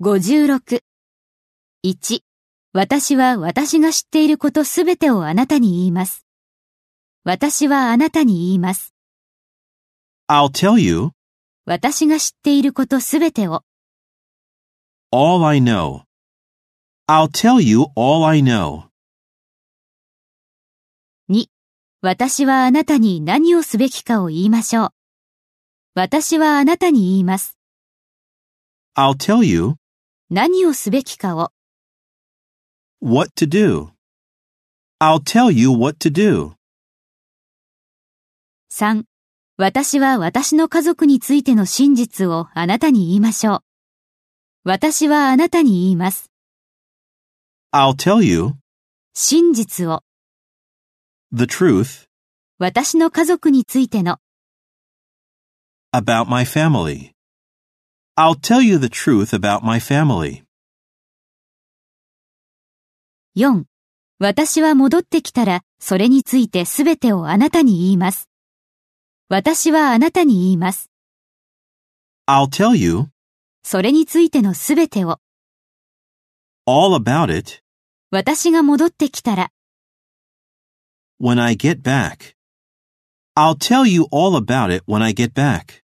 56。1. 私は私が知っていることすべてをあなたに言います。私はあなたに言います。 I'll tell you 私が知っていることすべてを。 all I know. I'll tell you all I know. 2. 私はあなたに何をすべきかを言いましょう。私はあなたに言います。 I'll tell you 何をすべきかを。 what to do. I'll tell you what to do. 3. 私は私の家族についての真実をあなたに言いましょう。私はあなたに言います。 I'll tell you 真実を。 the truth 私の家族についての。 about my family. I'll tell you the truth about my family. 4. 私は戻ってきたら、それについてすべてをあなたに言います。私はあなたに言います。 I'll tell you それについてのすべてを。 all about it 私が戻ってきたら、 when I get back. I'll tell you all about it when I get back.